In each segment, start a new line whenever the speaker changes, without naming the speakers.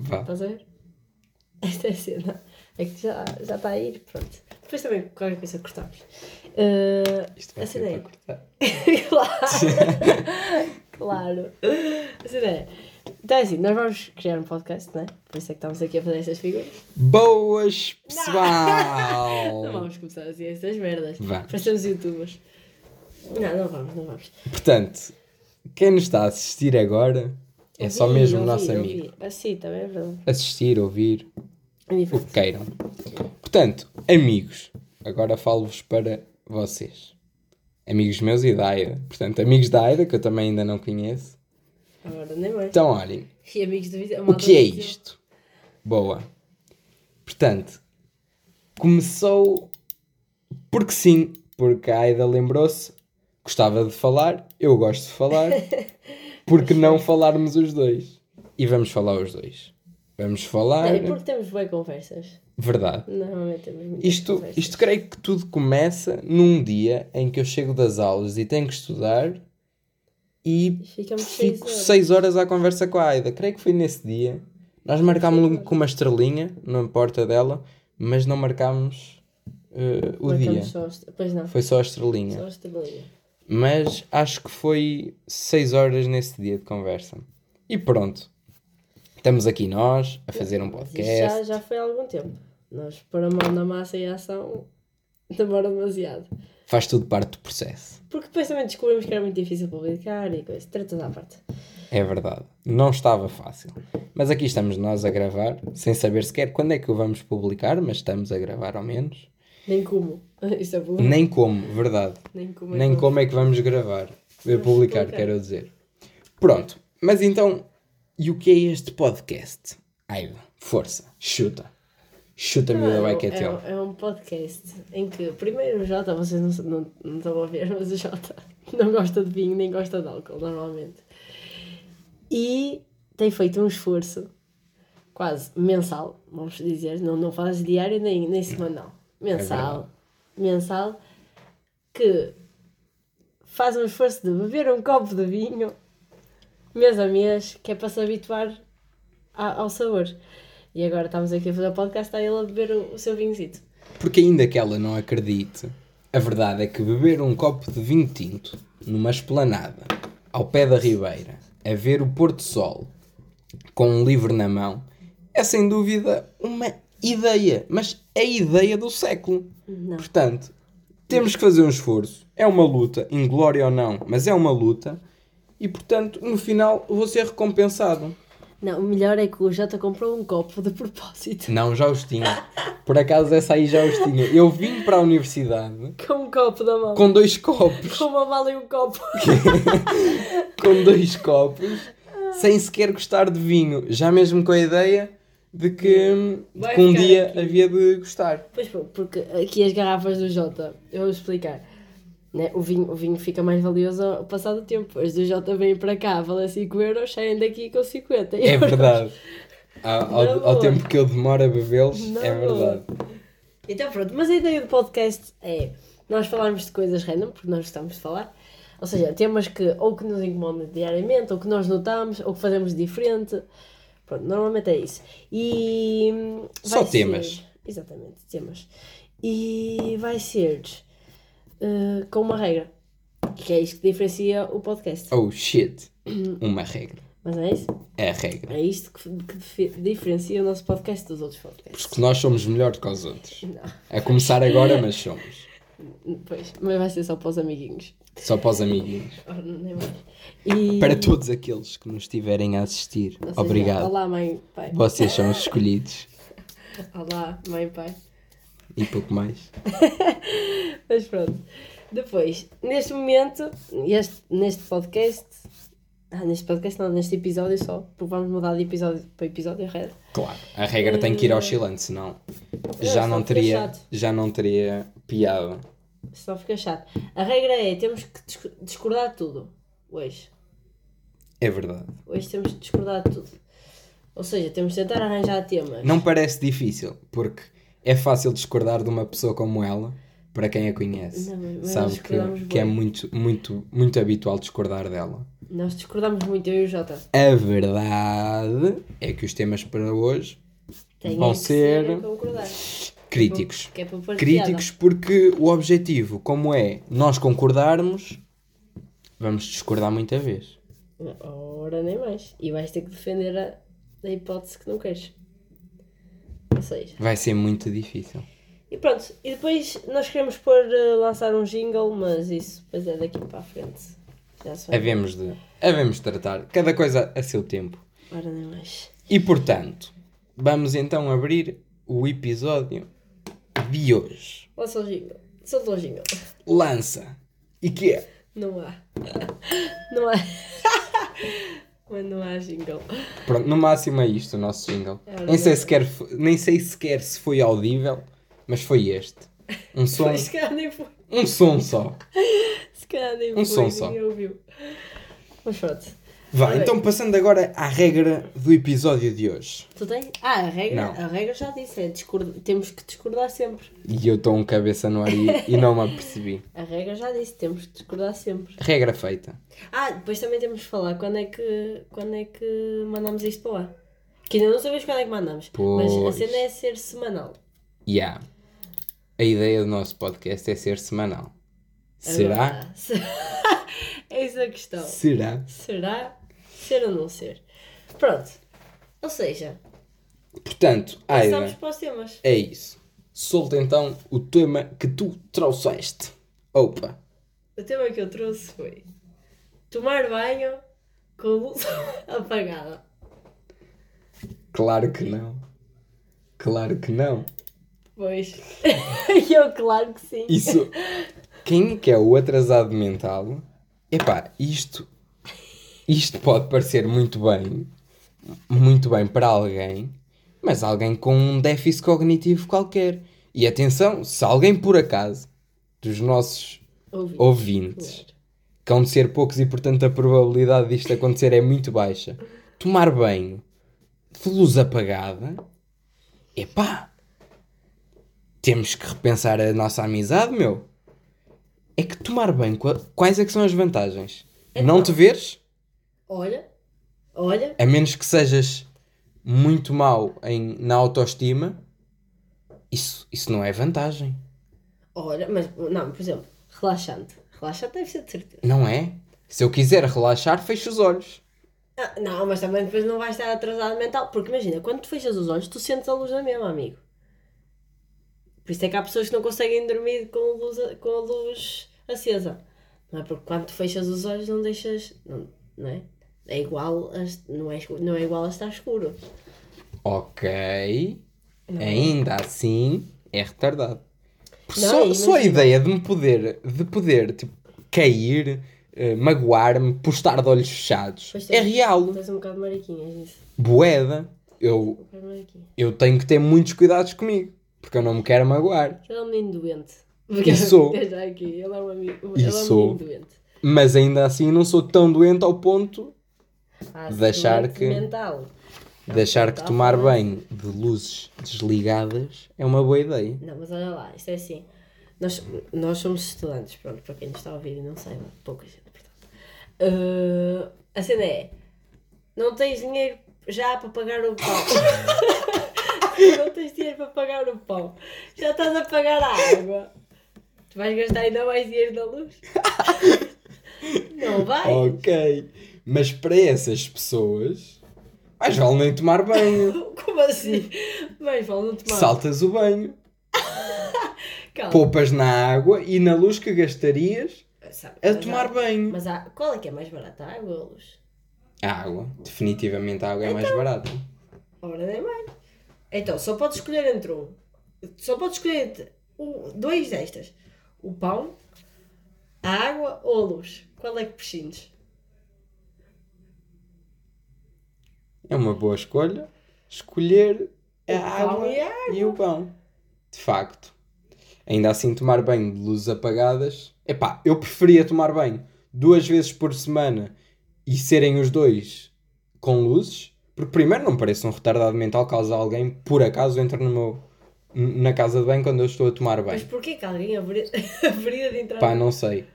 Vá.
Estás a ver? Esta é a cena. É que já, já está a ir, pronto. Depois também qualquer coisa cortamos. Ah,
Isto vai
Essa
ser
ideia.
para cortar.
claro. claro. A cena é. Então é assim, nós vamos criar um podcast, não é? Por isso é que estamos aqui a fazer estas figuras.
Boas,
Não
pessoal!
vamos começar assim estas merdas.
Vamos.
Parecemos youtubers. Não, não vamos, não vamos.
Portanto, quem nos está a assistir agora é só
Ouvi,
mesmo o
ouvi,
nosso
ouvi.
amigo.
Assim, também é verdade.
Assistir, ouvir,
É
o que
diferente.
queiram. Portanto, amigos, agora falo-vos para vocês. Amigos meus e da Aida. Portanto, amigos da Aida, que eu também ainda não conheço.
Agora nem mais.
Então, olhem,
e amigos do vídeo.
o que é isto? Boa. Portanto, começou porque sim, porque a Aida lembrou-se, gostava de falar, eu gosto de falar, porque não falarmos os dois? E vamos falar os dois. Vamos falar.
É porque temos boas conversas.
Verdade.
Normalmente temos muitas
Isto,
conversas.
isto creio que tudo começa num dia em que eu chego das aulas e tenho que estudar e
Ficamos seis
fico
horas.
6 horas à conversa com a Aida. Creio que foi nesse dia. Nós marcámos com uma estrelinha na porta dela, mas não marcámos eh, o
Marcamos
dia.
só os- Pois não,
Foi só a estrelinha.
só esta bolinha.
Mas acho que foi 6 horas nesse dia de conversa. E pronto. Estamos aqui nós a fazer um
Mas isto já,
podcast.
já foi há algum tempo. Nós pôr a mão na massa e a ação demora demasiado.
Faz tudo parte do processo.
Porque depois também descobrimos que era muito difícil publicar e coisa. Tratas à parte.
É verdade. Não estava fácil. Mas aqui estamos nós a gravar, sem saber sequer quando é que o vamos publicar, mas estamos a gravar ao menos.
Nem como. Isto é bom.
Nem como, verdade.
Nem como. é
Hum. Nem
bom.
como é que vamos gravar. Eu publicar,
publicar.
quero dizer. Pronto. Mas então, e o que é este podcast? Aiva, força, chuta. Chuta-me
Ah,
da
é um-
Baiketel.
é, um- é um podcast em que, primeiro, o Jota, vocês não, não, não estão a ver, mas o Jota não gosta de vinho nem gosta de álcool, normalmente. E tem feito um esforço quase mensal, vamos dizer, não, não faz diário nem, nem semanal. Mensal. mensal. Que faz um esforço de beber um copo de vinho mês a mês, que é para se habituar a- ao sabor. E agora estamos aqui a fazer o podcast, está ele a beber o, o seu vinhozito.
Porque ainda que ela não acredite, a verdade é que beber um copo de vinho tinto numa esplanada, ao pé da ribeira, a ver o pôr do sol, com um livro na mão, é sem dúvida uma ideia, mas é a ideia do século.
Não.
Portanto, temos que fazer um esforço. É uma luta, inglória ou não, mas é uma luta. E portanto, no final, vou ser recompensado.
Não, o melhor é que o Jota comprou um copo de propósito.
Não, já os tinha. Por acaso, essa aí já os tinha. Eu vim para a universidade
Com um copo da mão. Com,
com dois copos.
uma mala e um copo.
com dois copos, sem sequer gostar de vinho, já mesmo com a ideia de que, hum, de
Vai
que um
ficar
dia
aqui.
havia de gostar.
pois pô, porque aqui as garrafas do Jota, eu vou explicar. Né? O, vinho, o vinho fica mais valioso ao passar do tempo. As do Jota vêm para cá, valem 5 euros, saem daqui com 50
É
euros.
verdade. Ao, ao-
Na
ao
boa.
tempo que eu demoro a bebê-los,
Na
é
boa.
verdade.
Então pronto, mas a ideia do podcast é nós falarmos de coisas random, porque nós gostamos de falar. Ou seja, temas que ou que nos incomodam diariamente, ou que nós notamos, ou que fazemos diferente. Pronto, normalmente é isso. E. hum,
Só
vai ser-
temas.
Exatamente, temas. E vai ser eh, com uma regra, que é isto que diferencia o podcast.
Oh shit. Uma regra.
Mas não é isso?
É a regra.
É isto que, que dife- diferencia o nosso podcast dos outros podcasts.
Porque nós somos melhor que os outros.
Não,
A começar agora, mas somos.
pois, mas vai ser só para os amiguinhos.
Só para os amiguinhos.
Ora, nem mais. E...
Para todos aqueles que nos estiverem a assistir,
Ou seja,
obrigado.
Olá, mãe, pai.
Vocês são os escolhidos.
Olá, mãe, pai.
E pouco mais.
Mas pronto. Depois, neste momento, este, neste podcast. Ah, neste podcast não, neste episódio só, porque vamos mudar de episódio para episódio, é red.
Claro, a regra tem que ir oscilante, senão já
só
não
fica
teria,
chato.
já não teria piada.
Senão fica chato. A regra é, temos que dis- discordar de tudo. Hoje.
É verdade.
Hoje temos que discordar de tudo. Ou seja, temos de tentar arranjar temas.
Não parece difícil, porque é fácil discordar de uma pessoa como ela, para quem a conhece.
Não, mas nós
sabe que,
discordamos
que é
bué.
muito, muito, muito habitual discordar dela.
Nós discordamos muito, eu e o Jota.
A verdade é que os temas para hoje
Tem
Vão
que
ser-
a concordar.
críticos.
Que é para pôr
Críticos porque o objetivo, como é nós concordarmos, vamos discordar muita vez.
piada. Ora, nem mais. E vais ter que defender a, a hipótese que não queres. Ou seja.
Vai ser muito difícil.
E pronto. E depois nós queremos pôr, eh, lançar um jingle, mas isso depois é daqui para a frente. Já se vai.
Havemos de, havemos de tratar cada coisa a seu tempo.
Ora, nem mais.
E portanto, vamos então abrir o episódio de hoje.
Lança o jingle. Solta o jingle.
Lança. E que é?
Não há. Não há. Mas não há jingle.
Pronto, no máximo é isto o nosso jingle.
É verdade.
nem, sei sequer, fo- nem sei sequer se foi audível, mas foi este. Um som,
Mas se calhar nem foi.
um som só.
Se calhar nem
Um
foi.
som
ninguém
só.
ouviu. Mas pronto.
Vá,
Olha.
então passando agora à regra do episódio de hoje.
Tu tens? Ah, a regra,
Não.
a regra já disse, é discord... temos que discordar sempre.
E eu estou um cabeça no ar e, e não me apercebi.
A regra já disse, temos que discordar sempre.
Regra feita.
Ah, depois também temos de falar quando é que, quando é que mandamos isto para lá. Que ainda não sabemos quando é que mandamos. Mas
Pois.
a cena é ser semanal.
Yeah. A ideia do nosso podcast é ser semanal.
É
Será?
Agora, tá. se- Eis a questão.
Será?
Será? Ser ou não ser? Pronto. Ou seja,
Portanto,
passamos
Aida,
para os temas.
é isso. Solta então o tema que tu trouxeste. Opa!
O tema que eu trouxe foi tomar banho com a luz apagada.
Claro que não. Claro que não.
Pois. eu, claro que sim.
Isso. Quem que é o atrasado mental? Epá, isto. Isto pode parecer muito bem. Muito bem para alguém. Mas alguém com um déficit cognitivo qualquer. E atenção, se alguém por acaso dos nossos
Ouvi.
ouvintes que hão de ser poucos e portanto a probabilidade disto acontecer é muito baixa. Tomar banho de luz apagada, epá, temos que repensar a nossa amizade, meu. É que tomar banho, qua- quais é que são as vantagens? Não te veres,
Olha, olha,
a menos que sejas muito mau em, na autoestima, isso, isso não é vantagem,
olha, mas não, por exemplo, relaxante. Relaxante deve ser de certeza.
não é? Se eu quiser relaxar, fecho os olhos.
Ah, não, mas também depois não vais estar atrasado mental. Porque imagina, quando tu fechas os olhos, tu sentes a luz na mesma, amigo. Por isso é que há pessoas que não conseguem dormir com a luz, a- com a luz acesa. Não é? Porque quando tu fechas os olhos, não deixas. Não, não é? É igual a, não, é, escu- não é igual a estar escuro.
Ok. Ainda assim, é retardado. Porque
Não,
só,
imagina.
só a ideia de me poder, de poder tipo, cair, eh, magoar-me, por estar de olhos fechados,
Pois
é
tens-
real.
Tens um bocado de mariquinhas nisso.
Boeda, eu,
Um bocado de mariquinhas.
eu tenho que ter muitos cuidados comigo, porque eu não me quero magoar.
Ele é um menino doente.
E sou.
Ele é aqui, ele é um, amigo,
E
ele é um
sou.
menino doente.
Mas ainda assim, não sou tão doente ao ponto
Ah,
De achar
doente
que-
Mental.
de achar que
tá
tomar
bem.
banho de luzes desligadas é uma boa ideia.
Não, mas olha lá, isto é assim. Nós, nós somos estudantes, pronto, para quem nos está a ouvir e não saiba, pouca gente, portanto. Ah, a cena é: não tens dinheiro já para pagar o pão. não tens dinheiro para pagar o pão. Já estás a pagar a água. Tu vais gastar ainda mais dinheiro na luz? não vai?
Ok. Mas para essas pessoas, mais vale nem tomar banho.
Como assim? Mas vale não tomar.
Saltas o banho.
Calma.
poupas na água e na luz que gastarias
Sabe,
a
mas
é tomar
há-
banho.
Mas há, qual é que é mais barata? A água ou a luz?
A água, definitivamente a água é
Então.
mais barata.
Ora nem mais. Então, só podes escolher entre um. Só podes escolher entre o- dois destas. O pão, a água ou a luz. Qual é que prescindes?
É uma boa escolha escolher a
O pão
água
e a água.
e o pão. De facto. Ainda assim, tomar banho de luzes apagadas. Epá, eu preferia tomar banho duas vezes por semana e serem os dois com luzes. Porque primeiro não me parece um retardado mental caso alguém por acaso entre no meu, n- na casa de banho quando eu estou a tomar
Mas
banho.
porquê que alguém haveria haveria de entrar?
Pá, não sei.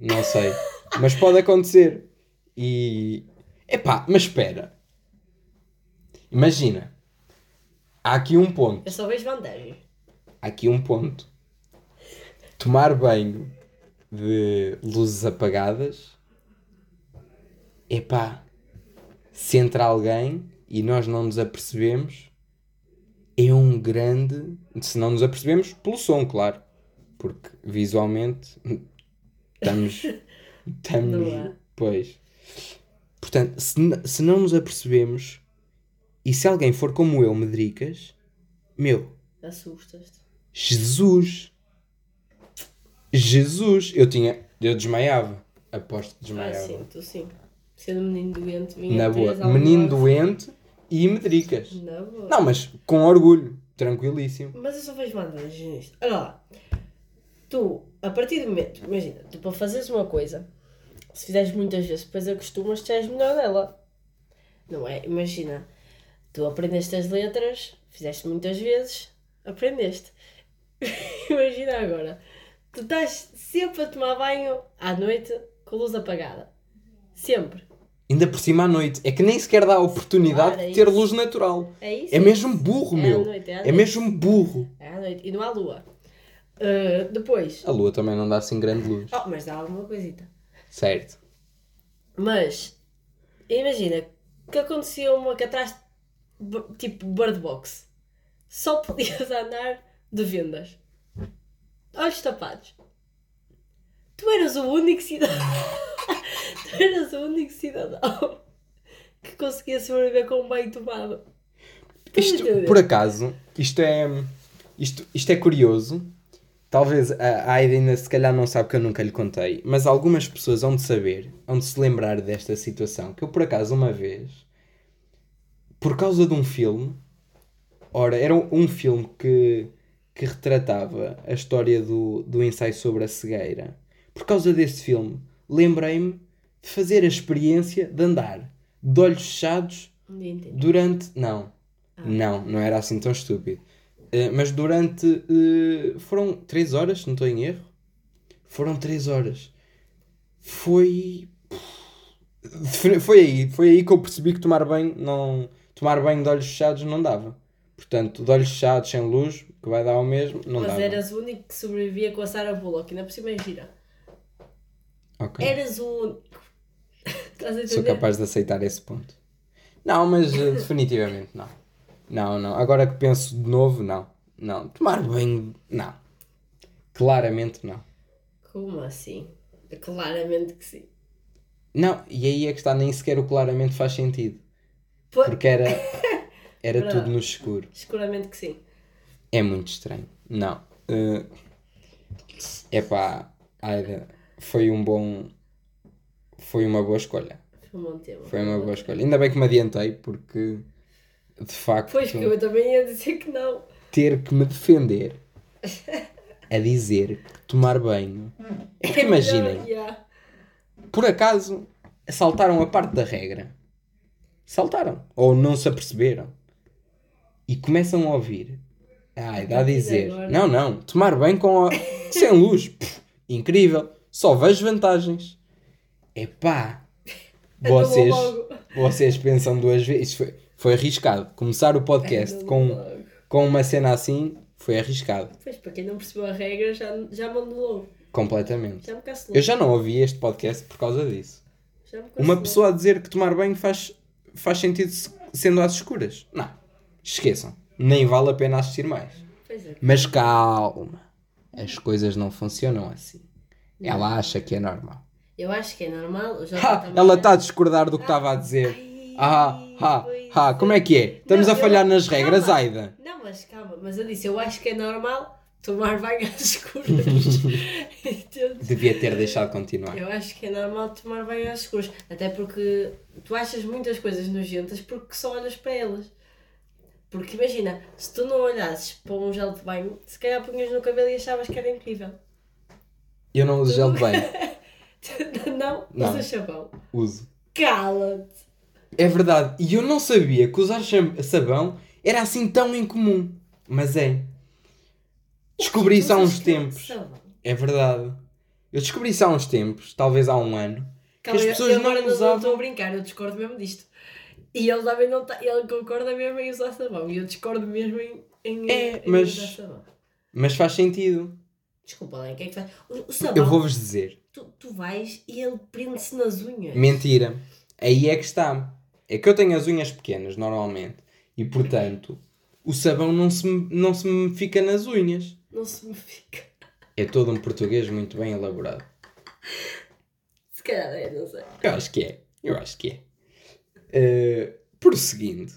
Não sei. Mas pode acontecer. E. Epá, mas espera. Imagina. Há aqui um ponto.
Eu só vejo vantagem.
Há aqui um ponto. Tomar banho de luzes apagadas. Epá. Se entra alguém e nós não nos apercebemos, é um grande. Se não nos apercebemos, pelo som, claro. Porque visualmente estamos.
Não
estamos.
é?
Pois. Portanto, se, n- se não nos apercebemos e se alguém for como eu, medricas, meu,
Assustas-te.
Jesus! Jesus! Eu tinha. Eu desmaiava. Aposto que
Ah,
desmaiava.
sim, tu sim. Sendo um menino doente, vinha
é Na
três
boa.
almoços.
Menino doente e medricas.
Na boa.
Não, mas com orgulho. Tranquilíssimo.
Mas eu só vejo vantagens nisto. Olha lá. Tu, a partir do momento, imagina, tu para fazeres uma coisa, se fizeres muitas vezes, depois acostumas, já és melhor nela. Não é? Imagina, tu aprendeste as letras, fizeste muitas vezes, aprendeste. imagina agora, tu estás sempre a tomar banho à noite com a luz apagada. Sempre.
Ainda por cima à noite. É que nem sequer dá a oportunidade
Claro, é
de ter
isso.
luz natural.
É isso?
É mesmo burro,
É à
meu.
noite, é à
É
noite.
mesmo burro.
É à noite. E não há lua. Ah, depois.
A lua também não dá assim grande luz.
Oh, mas dá alguma coisita.
Certo.
Mas imagina que acontecia uma que atrás b- tipo bird box. Só podias andar de vendas. Olhos tapados. Tu eras o único cidadão. tu eras o único cidadão que conseguia sobreviver com um banho tomado. Estás a
Isto,
entender?
por acaso, isto é, isto, isto é curioso. Talvez a a Aida ainda se calhar não sabe que eu nunca lhe contei, mas algumas pessoas hão de saber, hão de se lembrar desta situação. Que eu, por acaso, uma vez, por causa de um filme, ora, era um, um filme que, que retratava a história do, do ensaio sobre a cegueira. Por causa desse filme, lembrei-me de fazer a experiência de andar de olhos fechados
Ninguém entende.
Durante. Não. Não, não era assim tão estúpido. Eh, mas durante. eh, foram 3 horas, se não estou em erro. Foram 3 horas. Foi. Defini- Foi aí, foi aí que eu percebi que tomar banho não. Tomar banho de olhos fechados não dava. Portanto, de olhos fechados sem luz, que vai dar ao mesmo, não
Mas
dava.
eras o único que sobrevivia com a Sarah Bullock, ainda por cima é gira.
Ok.
Eras o único. Estás a entender?
Sou capaz de aceitar esse ponto. Não, mas eh, definitivamente não. Não, não. Agora que penso de novo, não. Não. Tomar banho, não. Claramente não.
Como assim? Claramente que sim.
Não, e aí é que está, nem sequer o claramente faz sentido.
Pô,
Porque era, era
Verdade.
tudo no escuro.
Seguramente que sim.
É muito estranho. Não. É epá, Aida, foi um bom. Foi uma boa escolha.
Foi um bom tema.
Foi uma boa escolha. Ainda bem que me adiantei, porque de facto.
Pois que eu também ia dizer que não.
ter que me defender a dizer que tomar banho.
Hum.
Porque imaginem,
Yeah.
por acaso saltaram a parte da regra. Saltaram. Ou não se aperceberam. E começam a ouvir. Ah, dá a
partir de
dizer.
agora-
Não, não. Tomar banho com a- sem luz. Pff, incrível. Só vejo vantagens. Epá.
Acabou
Vocês,
logo.
vocês pensam duas vezes. Isto Foi, foi arriscado. Começar o podcast
Acabou
com,
logo.
com uma cena assim foi arriscado.
Pois, para quem não percebeu a regra, já, já mando logo.
Completamente.
Já me cancelou.
Eu já não ouvi este podcast por causa disso.
Já me cancelou.
Uma pessoa a dizer que tomar banho faz, faz sentido se- sendo às escuras. Não. Esqueçam. Nem vale a pena assistir mais.
Pois é.
Mas calma. As coisas não funcionam assim. Ela acha que é normal.
Eu acho que é normal. Eu já
Ha, ela está a discordar do que estava a dizer. Ah, ah, ah, como é que é? Estamos
Não,
a falhar
eu-
nas regras,
calma.
Aida.
é. Não, mas calma, mas eu disse, eu acho que é normal tomar banho às escuras. Entendes?
Devia ter deixado continuar.
Eu acho que é normal tomar banho às escuras. Até porque tu achas muitas coisas nojentas porque só olhas para elas. Porque imagina, se tu não olhasses para um gel de banho, se calhar punhas no cabelo e achavas que era incrível.
Eu não uso gel de banho.
não,
Não.
usa chavão.
Uso.
Cala-te!
É verdade. E eu não sabia que usar cham- sabão era assim tão incomum. Mas é. Descobri isso há
Usas
uns
creme de
tempos.
sabão.
É verdade. Eu descobri isso há uns tempos, talvez há um ano.
Calma,
as
eu-
pessoas
eu
não
agora
usavam.
estou a brincar, eu discordo mesmo disto. E ele também não tá, ele concorda mesmo em usar sabão. E eu discordo mesmo em, em,
É,
em
mas-
usar sabão.
Mas faz sentido.
Desculpa, Len, o que é que faz? O, o sabão,
Eu vou-vos dizer.
tu, tu vais e ele prende-se nas unhas.
Mentira. Aí é que está. É que eu tenho as unhas pequenas, normalmente. E, portanto, o sabão não se, me- não se me fica nas unhas.
Não se me fica.
É todo um português muito bem elaborado.
Se calhar é, não sei.
Eu acho que é. Eu acho que é. Eh, prosseguindo.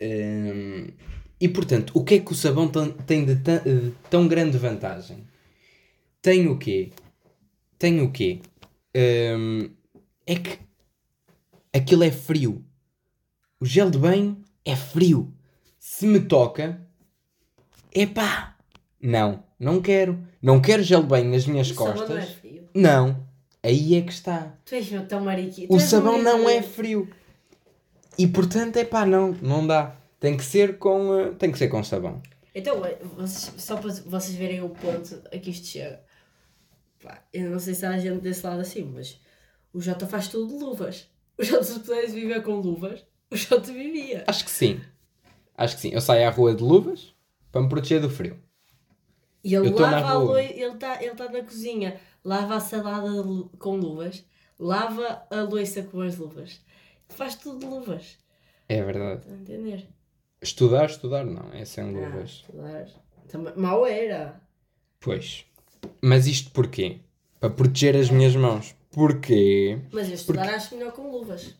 Ehm, e portanto, o que é que o sabão tan- tem de, tan- de tão grande vantagem? Tem o quê? Tem o quê? Ehm, é que aquilo é frio. O gel de banho é frio. Se me toca, epá! Não, não quero. Não quero gel de banho nas minhas
o
costas.
sabão não é frio.
Não. Aí é que está.
Tu és meu tão mariqui. tu
O
és um
sabão não é
mariqui.
frio. E portanto, é pá, não, não dá. Tem que ser com, eh, tem que ser com sabão.
Então, eh, vocês, só para vocês verem o ponto a que isto chega. Pá, eu não sei se há gente desse lado assim, mas o Jota faz tudo de luvas. O Jota, se pudesse viver com luvas, o Jota vivia.
Acho que sim. Acho que sim. Eu saio à rua de luvas para me proteger do frio.
E ele
Eu tô na
lava a
rua.
lua, ele está ele tá na cozinha, lava a salada de lu- com luvas, lava a louça com as luvas. Faz tudo de luvas.
É verdade.
Estão a entender?
Estudar, estudar não, é sem luvas.
Ah, claro. Também- Mal era.
Pois. Mas isto porquê? Para proteger as minhas mãos. Porquê?
Mas eu estudar acho melhor com luvas.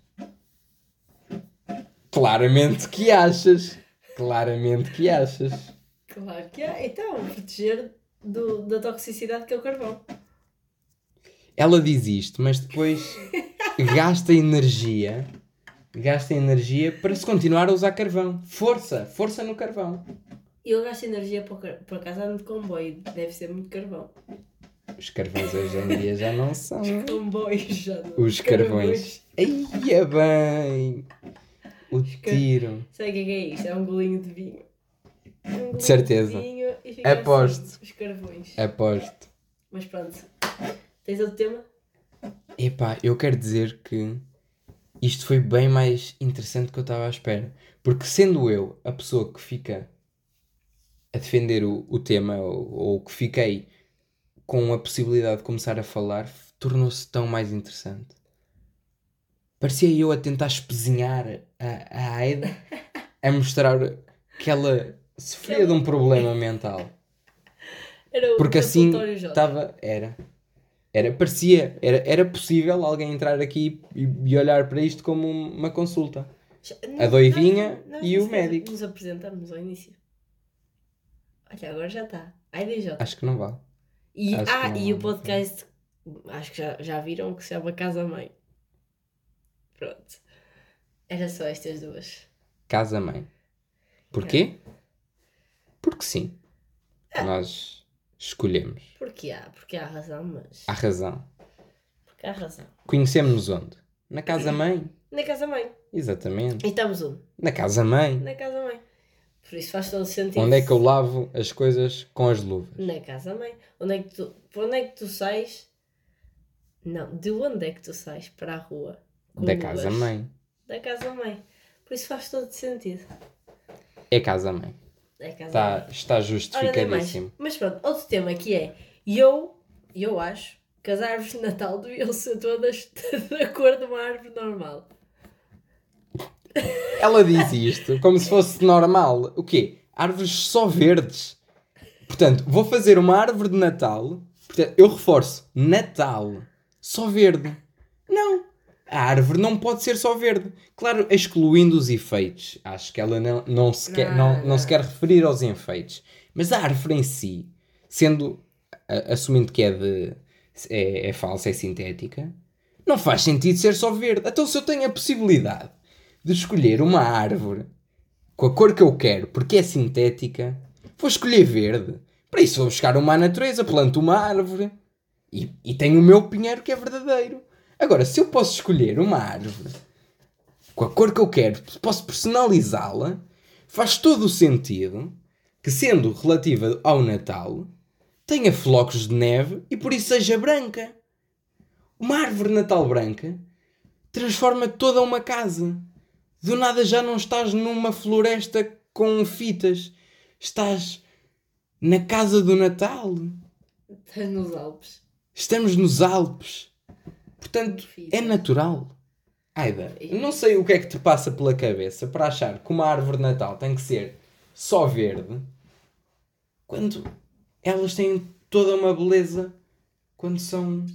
Claramente que achas. Claramente que achas.
Claro que há. Então, proteger do, da toxicidade que é o carvão.
Ela diz isto, mas depois gasta energia, gasta energia para se continuar a usar carvão. Força, força no carvão.
Eu gasto energia para, o car- para casa ando de comboio. Deve ser muito carvão.
Os carvões hoje em dia já não são
Comboios Hum? já não.
os carvões. Aí é bem. O tiro.
Sabe o que é que é isto? É um golinho de vinho. Um golinho
certeza.
De vinho e fica
Aposto. É.
assim, os carvões.
Aposto.
Mas pronto. Tens outro tema?
Epá, eu quero dizer que isto foi bem mais interessante do que eu estava à espera. Porque sendo eu a pessoa que fica a defender o, o tema ou, ou que fiquei com a possibilidade de começar a falar, f- tornou-se tão mais interessante. Parecia eu a tentar espezinhar a, a Aida, a mostrar que ela sofria de um problema mental.
Era o
Porque assim
consultório J.
estava. Era. Era, parecia, era, era possível alguém entrar aqui e, e olhar para isto como um- uma consulta.
Já-
a doidinha
nós- nós
e o
nem sequer
médico.
Nos apresentamos ao início. Olha, agora já está. Ai, DJ.
Acho que não vale.
E,
Ah, Acho
ah,
que não
e
há
o
muito
podcast, acho que já, já viram que se chama Casa Mãe. Pronto. Era só estas duas.
Casa-mãe. Porquê? Porque sim.
É.
Nós escolhemos.
Porque há, porque há razão, mas.
Há razão.
Porque há razão.
Conhecemos-nos onde? Na casa-mãe.
Na Casa Mãe.
Exatamente.
E estamos um.
Na casa-mãe.
Na Casa Mãe. Por isso faz todo sentido.
Onde é que eu lavo as coisas com as luvas?
Na Casa Mãe. Onde é que tu. Para onde é que tu sais? Não, de onde é que tu sais para a rua? Com
Da
luvas.
casa-mãe.
Da Casa Mãe. Por isso faz todo sentido.
É casa-mãe.
Na Casa Mãe.
Está, está
Ora, nem mais.
justificadíssimo.
Mas pronto, outro tema que é: eu, eu acho que as árvores de Natal deviam ser todas da cor de uma árvore normal.
Ela diz isto como se fosse normal. O quê? Árvores só verdes. Portanto, vou fazer uma árvore de Natal. Portanto, eu reforço: Natal só verde. Não. A árvore não pode ser só verde. Claro, excluindo os efeitos. Acho que ela não, não, se, quer, não, não se quer referir aos enfeites. Mas a árvore em si, sendo. a- assumindo que é de. É, é falsa, é sintética. Não faz sentido ser só verde. Então, se eu tenho a possibilidade de escolher uma árvore com a cor que eu quero, porque é sintética, vou escolher verde. Para isso vou buscar uma à natureza, planto uma árvore e, e tenho o meu pinheiro que é verdadeiro. Agora, se eu posso escolher uma árvore com a cor que eu quero, posso personalizá-la, faz todo o sentido que, sendo relativa ao Natal, tenha flocos de neve e por isso seja branca. Uma árvore de Natal branca transforma toda uma casa. Do nada já não estás numa floresta com fitas. Estás na casa do Natal.
Estás nos Alpes.
Estamos nos Alpes. Portanto, é natural. Aida, não sei o que é que te passa pela cabeça para achar que uma árvore de Natal tem que ser só verde, quando elas têm toda uma beleza quando são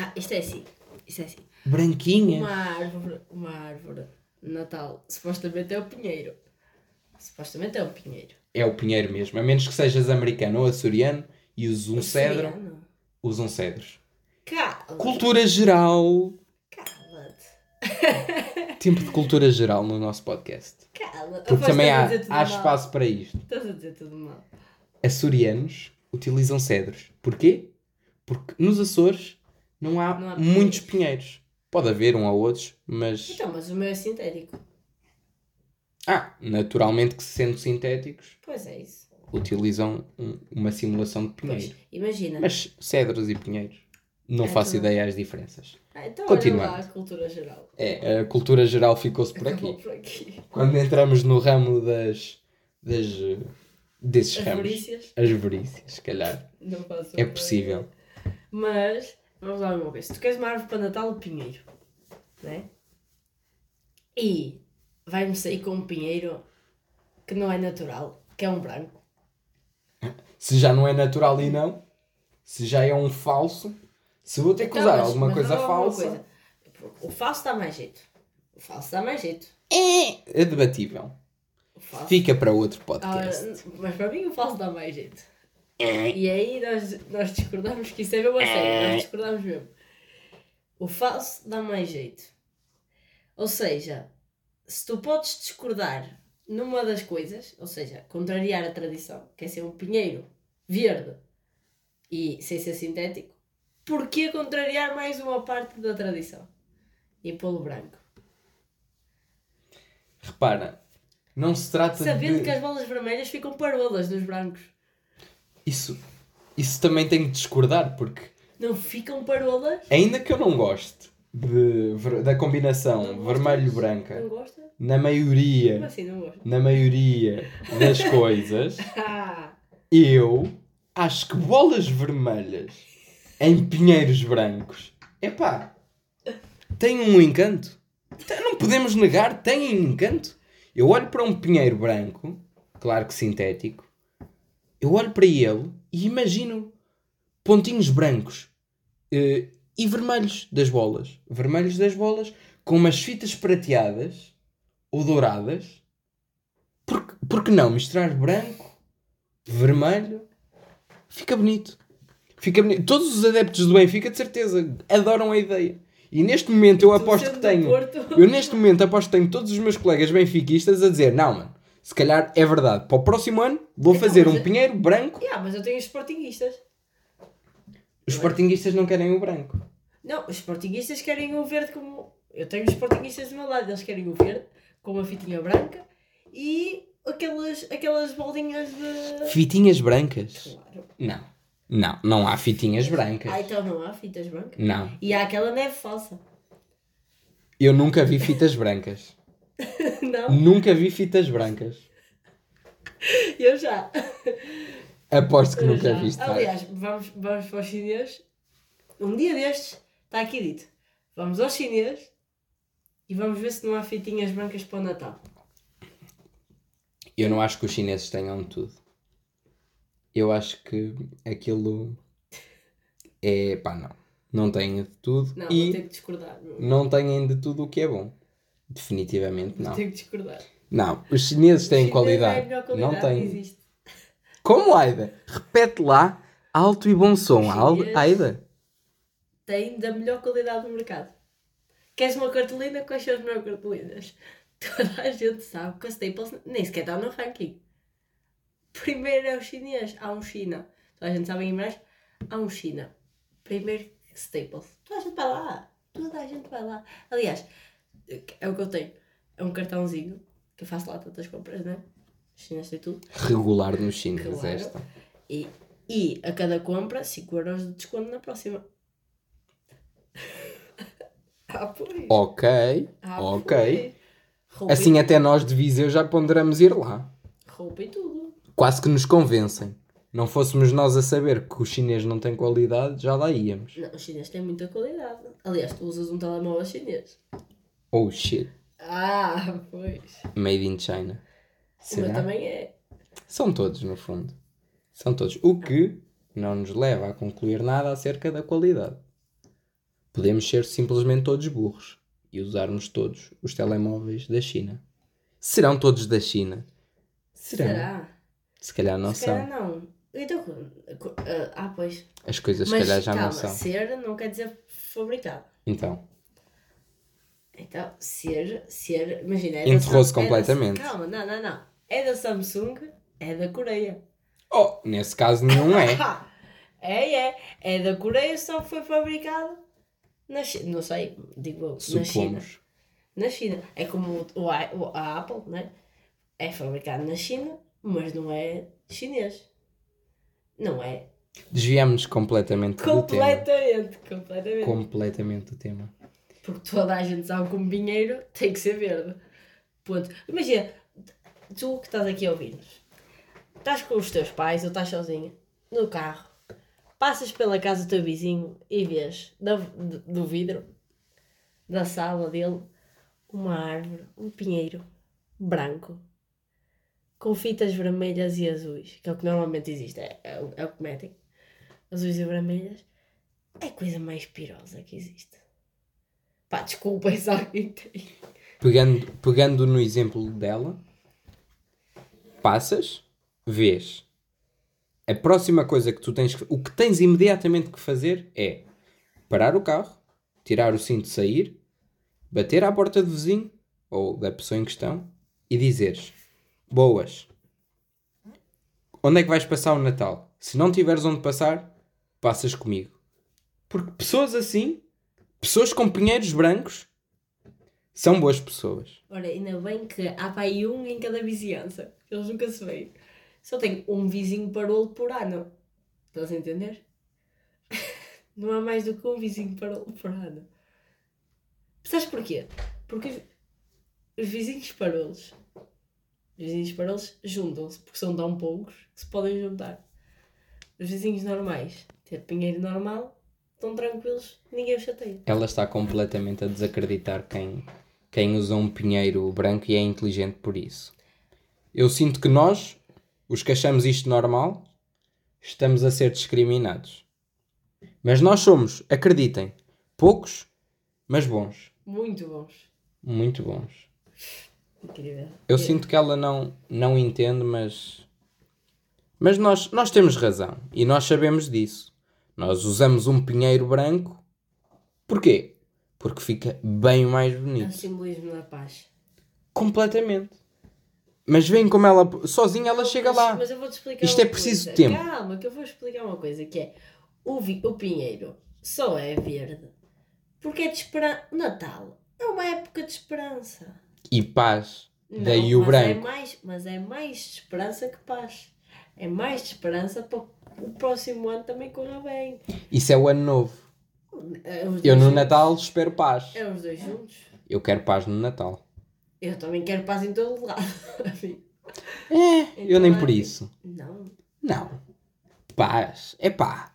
Ah, isto é assim. Isto é assim. Uma
branquinhas.
árvore, uma árvore de Natal. Supostamente é o pinheiro. Supostamente é o pinheiro.
É o pinheiro mesmo, a menos que sejas americano ou açoriano e usam um cedro,
Soriano.
usam cedros.
Cala.
Cultura geral.
Cala-te.
Tempo de cultura geral no nosso podcast.
Cala-te.
Porque
Após
também
estás a
há,
dizer tudo
há
mal.
espaço para isto.
Estás a dizer tudo mal.
açorianos utilizam cedros. Porquê? Porque nos Açores não há,
Não há
muitos pinheiros. Pode haver um ou outros, mas.
Então, mas o meu é sintético.
Ah, naturalmente que sendo sintéticos,
Pois é isso.
utilizam um- uma simulação de
Pois,
pinheiro.
imagina.
é Mas cedros e pinheiros. Não
Ah,
faço
então.
ideia às diferenças.
Ah, então
Continuando.
olha lá a cultura geral.
É, a cultura geral ficou-se por
Acabou
aqui.
por aqui.
Quando entramos no ramo das. das eh, desses
As
ramos.
verícias,
As verícias, se calhar.
não faço
É
ideia.
possível.
Mas, vamos lá uma vez. Se tu queres uma árvore para Natal, o pinheiro. Né? E vai-me sair com um pinheiro que não é natural, que é um branco.
se já não é natural e não, se já é um falso, se vou ter que
Então,
usar
mas-
alguma
mas
coisa
não é alguma
falsa,
coisa. O falso dá mais jeito. O falso dá mais jeito.
é debatível.
O falso.
Fica para outro
Ah,
podcast.
mas para mim o falso dá mais jeito. E aí nós, nós discordamos que isso é mesmo a sério, nós discordamos mesmo. O falso dá mais jeito. Ou seja, se tu podes discordar numa das coisas, ou seja, contrariar a tradição, que é ser um pinheiro verde e sem ser sintético, porquê contrariar mais uma parte da tradição? E pô-lo branco.
Repara, não se trata
Sabendo
de.
que as bolas vermelhas ficam parolas nos brancos.
Isso, isso também tenho que discordar, porque
Não ficam parolas?
ainda que eu não goste de ver- da
Não
combinação
gostas? Não
vermelho-branca,
gosta?
na
Como
maioria,
assim não gosta?
na maioria das coisas,
Ah,
eu acho que bolas vermelhas em pinheiros brancos, epá, tem um encanto. Tem- Não podemos negar, tem um encanto. Eu olho para um pinheiro branco, claro que sintético, eu olho para ele e imagino pontinhos brancos eh, e vermelhos das bolas. Vermelhos das bolas com umas fitas prateadas ou douradas. Por, que- por que não misturar branco vermelho. Fica bonito. Fica bonito. Todos os adeptos do Benfica, de certeza, adoram a ideia. E neste momento eu
tu
aposto
sendo
que
do
tenho.
Porto,
Eu neste momento aposto que tenho todos os meus colegas benfiquistas a dizer: não, mano, se calhar é verdade. Para o próximo ano vou
Então,
fazer
mas
um
é-
pinheiro branco.
Yeah, mas eu tenho os sportinguistas.
Os sportinguistas não querem o branco.
Não, os sportinguistas querem o verde como. Eu tenho os sportinguistas do meu lado, eles querem o verde, com uma fitinha branca e aquelas, aquelas bolinhas de.
Fitinhas brancas?
Claro.
Não. Não, não há fitinhas brancas.
Ah, então não há fitas brancas.
Não.
E há aquela neve falsa.
Eu nunca vi fitas brancas.
Não,
Nunca vi fitas brancas.
eu já.
Aposto que
Eu
nunca
já.
viste. tá? Sara.
Aliás, vamos, vamos para os chinês. Um dia destes, está aqui dito. Vamos aos chinês e vamos ver se não há fitinhas brancas para o Natal.
Eu não acho que os chineses tenham tudo. Eu acho que aquilo é pá, não. Não têm de tudo
Não,
e
eu tenho que discordar. meu.
não têm de tudo o que é bom. Definitivamente não.
Tenho que discordar.
Não, os chineses têm
Os chineses
qualidade.
É a melhor
Não
qualidade que
têm.
existe.
Como Aida? Repete lá, alto e bom som. Al-
chineses-
Aida?
Tem da melhor qualidade do mercado. Queres uma cartolina? Quais são as melhores cartolinas? Toda a gente sabe que a Staples nem sequer está no ranking. Primeiro é o chinês, há um China. Toda a gente sabe em mais, há um China. Primeiro Staples. Toda a gente vai lá. Toda a gente vai lá. Aliás, é o que eu tenho. É um cartãozinho que eu faço lá tantas compras, né? Chinas tem tudo.
Regular nos chineses
Claro.
esta.
E, e a cada compra, 5 euros de desconto na próxima. ah, pois.
Ok,
Ah,
ok.
pois. Roupa
Assim é-
e,
até nós de Viseu já ponderamos ir lá.
Roupa e tudo.
Quase que nos convencem. Não fôssemos nós a saber que o chinês não tem qualidade, já lá íamos.
Não, o chinês tem muita qualidade. Aliás, tu usas um telemóvel chinês.
Oh shit,
Ah, pois.
made in China.
O meu
Será?
também é.
São todos, no fundo. São todos. O que não nos leva a concluir nada acerca da qualidade. Podemos ser simplesmente todos burros e usarmos todos os telemóveis da China. Serão todos da China? Serão.
Será?
Se calhar não
Se
são.
calhar não. Então, co- ah, ah, pois.
As coisas se
Mas
calhar já
calma,
não são.
ser não quer dizer fabricado.
Então,
Então, ser, ser, imagina. é da
Enterrou-se
Sam- é da-
completamente.
calma, não, não, não. É da Samsung, é da Coreia.
oh, nesse caso não é.
Ha! É, é. É da Coreia, só foi fabricado na China. Não sei, digo eu, na China.
Supomos.
Na China. É como o, o, i- o- a Apple, né? É fabricado na China, mas não é chinês. Não é.
Desviamos completamente do tema.
Completamente, completamente.
Completamente do tema.
Porque toda a gente sabe como dinheiro tem que ser verde. Ponto. Imagina, tu que estás aqui a ouvir-nos, estás com os teus pais ou estás sozinha no carro, passas pela casa do teu vizinho e vês da- do, do vidro da sala dele uma árvore, um pinheiro branco com fitas vermelhas e azuis, que é o que normalmente existe, é, é o- é o que metem, azuis e vermelhas. É a coisa mais pirosa que existe. Pá, desculpem se alguém tem.
Pegando, pegando no exemplo dela, passas, vês. A próxima coisa que tu tens que, o que tens imediatamente que fazer é parar o carro, tirar o cinto, sair, bater à porta do vizinho ou da pessoa em questão e dizeres: Boas, onde é que vais passar o Natal? Se não tiveres onde passar, passas comigo. Porque pessoas assim, pessoas com pinheiros brancos, são boas pessoas.
Ora, ainda bem que há para aí um em cada vizinhança. Eles nunca se veem. Só tenho um vizinho parolo por ano. Estás a entender? Não há mais do que um vizinho parolo por ano. Sabes porquê? Porque os- os vizinhos parolos, os vizinhos parolos juntam-se, porque são tão poucos que se podem juntar. Os vizinhos normais, ter pinheiro normal, estão tranquilos, ninguém os chateia.
Ela está completamente a desacreditar quem, quem usa um pinheiro branco e é inteligente por isso. Eu sinto que nós, os que achamos isto normal, estamos a ser discriminados. Mas nós somos, acreditem, poucos, mas bons.
Muito bons.
Muito bons.
Incrível.
Eu
É.
sinto que ela não, não entende, mas. Mas nós, nós temos razão e nós sabemos disso. Nós usamos um pinheiro branco. Porquê? Porque fica bem mais
É um
bonito.
simbolismo da paz.
Completamente. Mas veem como ela. Sozinha ela chega
Mas-
lá.
Mas eu vou-te explicar
Isto
uma
é preciso
coisa.
tempo.
Calma, que eu vou explicar uma coisa que é o, vi- o pinheiro só é verde porque é de esperança. Natal é uma época de esperança.
E paz.
Não,
Daí o
mas É
branco.
mais, mas é mais de esperança que paz. É mais de esperança para o próximo ano também corra bem.
Isso é o ano novo.
É os
Eu
dois
no
juntos.
Natal espero paz.
É os dois juntos.
Eu quero paz no Natal.
Eu também quero paz em todo lado. Enfim,
É, eu
Então
nem
é
por
assim.
isso.
Não.
Não. Paz. É pá.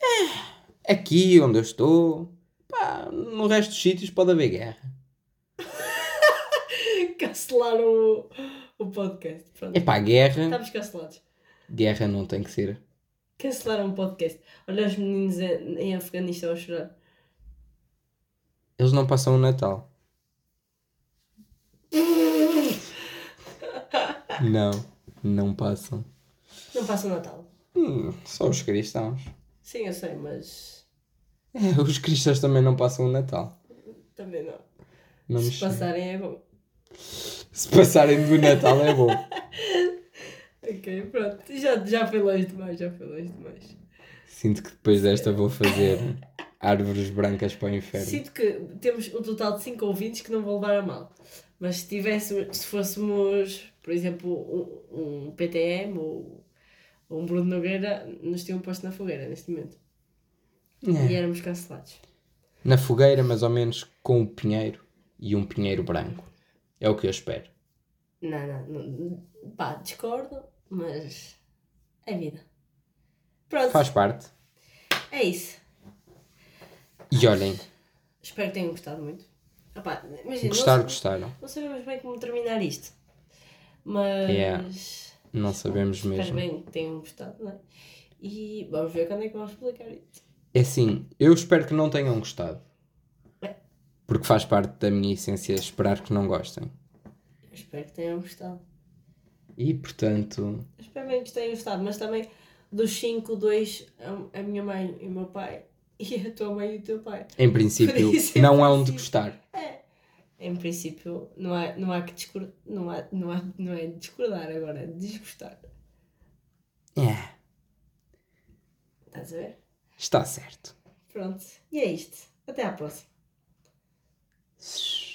É. Aqui onde eu estou. Pá, no resto dos sítios pode haver guerra.
Cancelaram o, o podcast. Pronto.
É pá, guerra.
Estamos cancelados.
Guerra não tem que ser.
Cancelaram o um podcast. Olha os meninos em, em Afeganistão a chorar.
Eles não passam o Natal. Não, não passam.
Não passa o Natal.
Hum, só os cristãos.
Sim, eu sei, mas
É, os cristãos também não passam o Natal.
também não.
Não me
Se
chega.
passarem é bom.
Se passarem do Natal é bom.
Ok, pronto. Já, já foi longe demais, já foi longe demais.
Sinto que depois desta vou fazer árvores brancas para o inferno.
Sinto que temos um total de 5 ouvintes que não vão levar a mal. Mas se, tivéssemos, se fôssemos, por exemplo, um, um PTM ou, ou um Bruno Nogueira, nos tinham posto na fogueira neste momento. E
É.
éramos cancelados.
Na fogueira, mas ao menos com um pinheiro e um pinheiro branco. É o que eu espero.
Não, não, não. Pá, discordo, mas é vida. Pronto,
Faz parte.
é isso.
E olhem,
Espero que tenham gostado muito. Opá, imagina,
gostaram,
não,
gostaram.
não sabemos bem como terminar isto. Mas
Yeah. Não sabemos
espero
mesmo.
bem que tenham gostado, não é? E vamos ver quando é que vamos publicar isto.
É assim, eu espero que não tenham gostado. Porque faz parte da minha essência esperar que não gostem.
Eu espero que tenham gostado.
E portanto,
Eu espero bem que tenham gostado, mas também dos 5, 2, a, a minha mãe e o meu pai, e a tua mãe e o teu pai.
em princípio,
Por isso é
não é onde
possível.
gostar.
Em princípio, não há, não há que discordar. Não, há, não, há, não é discordar agora, é desgostar.
É,
Estás a ver?
está certo.
Pronto. E é isto. Até à próxima.
Shhh.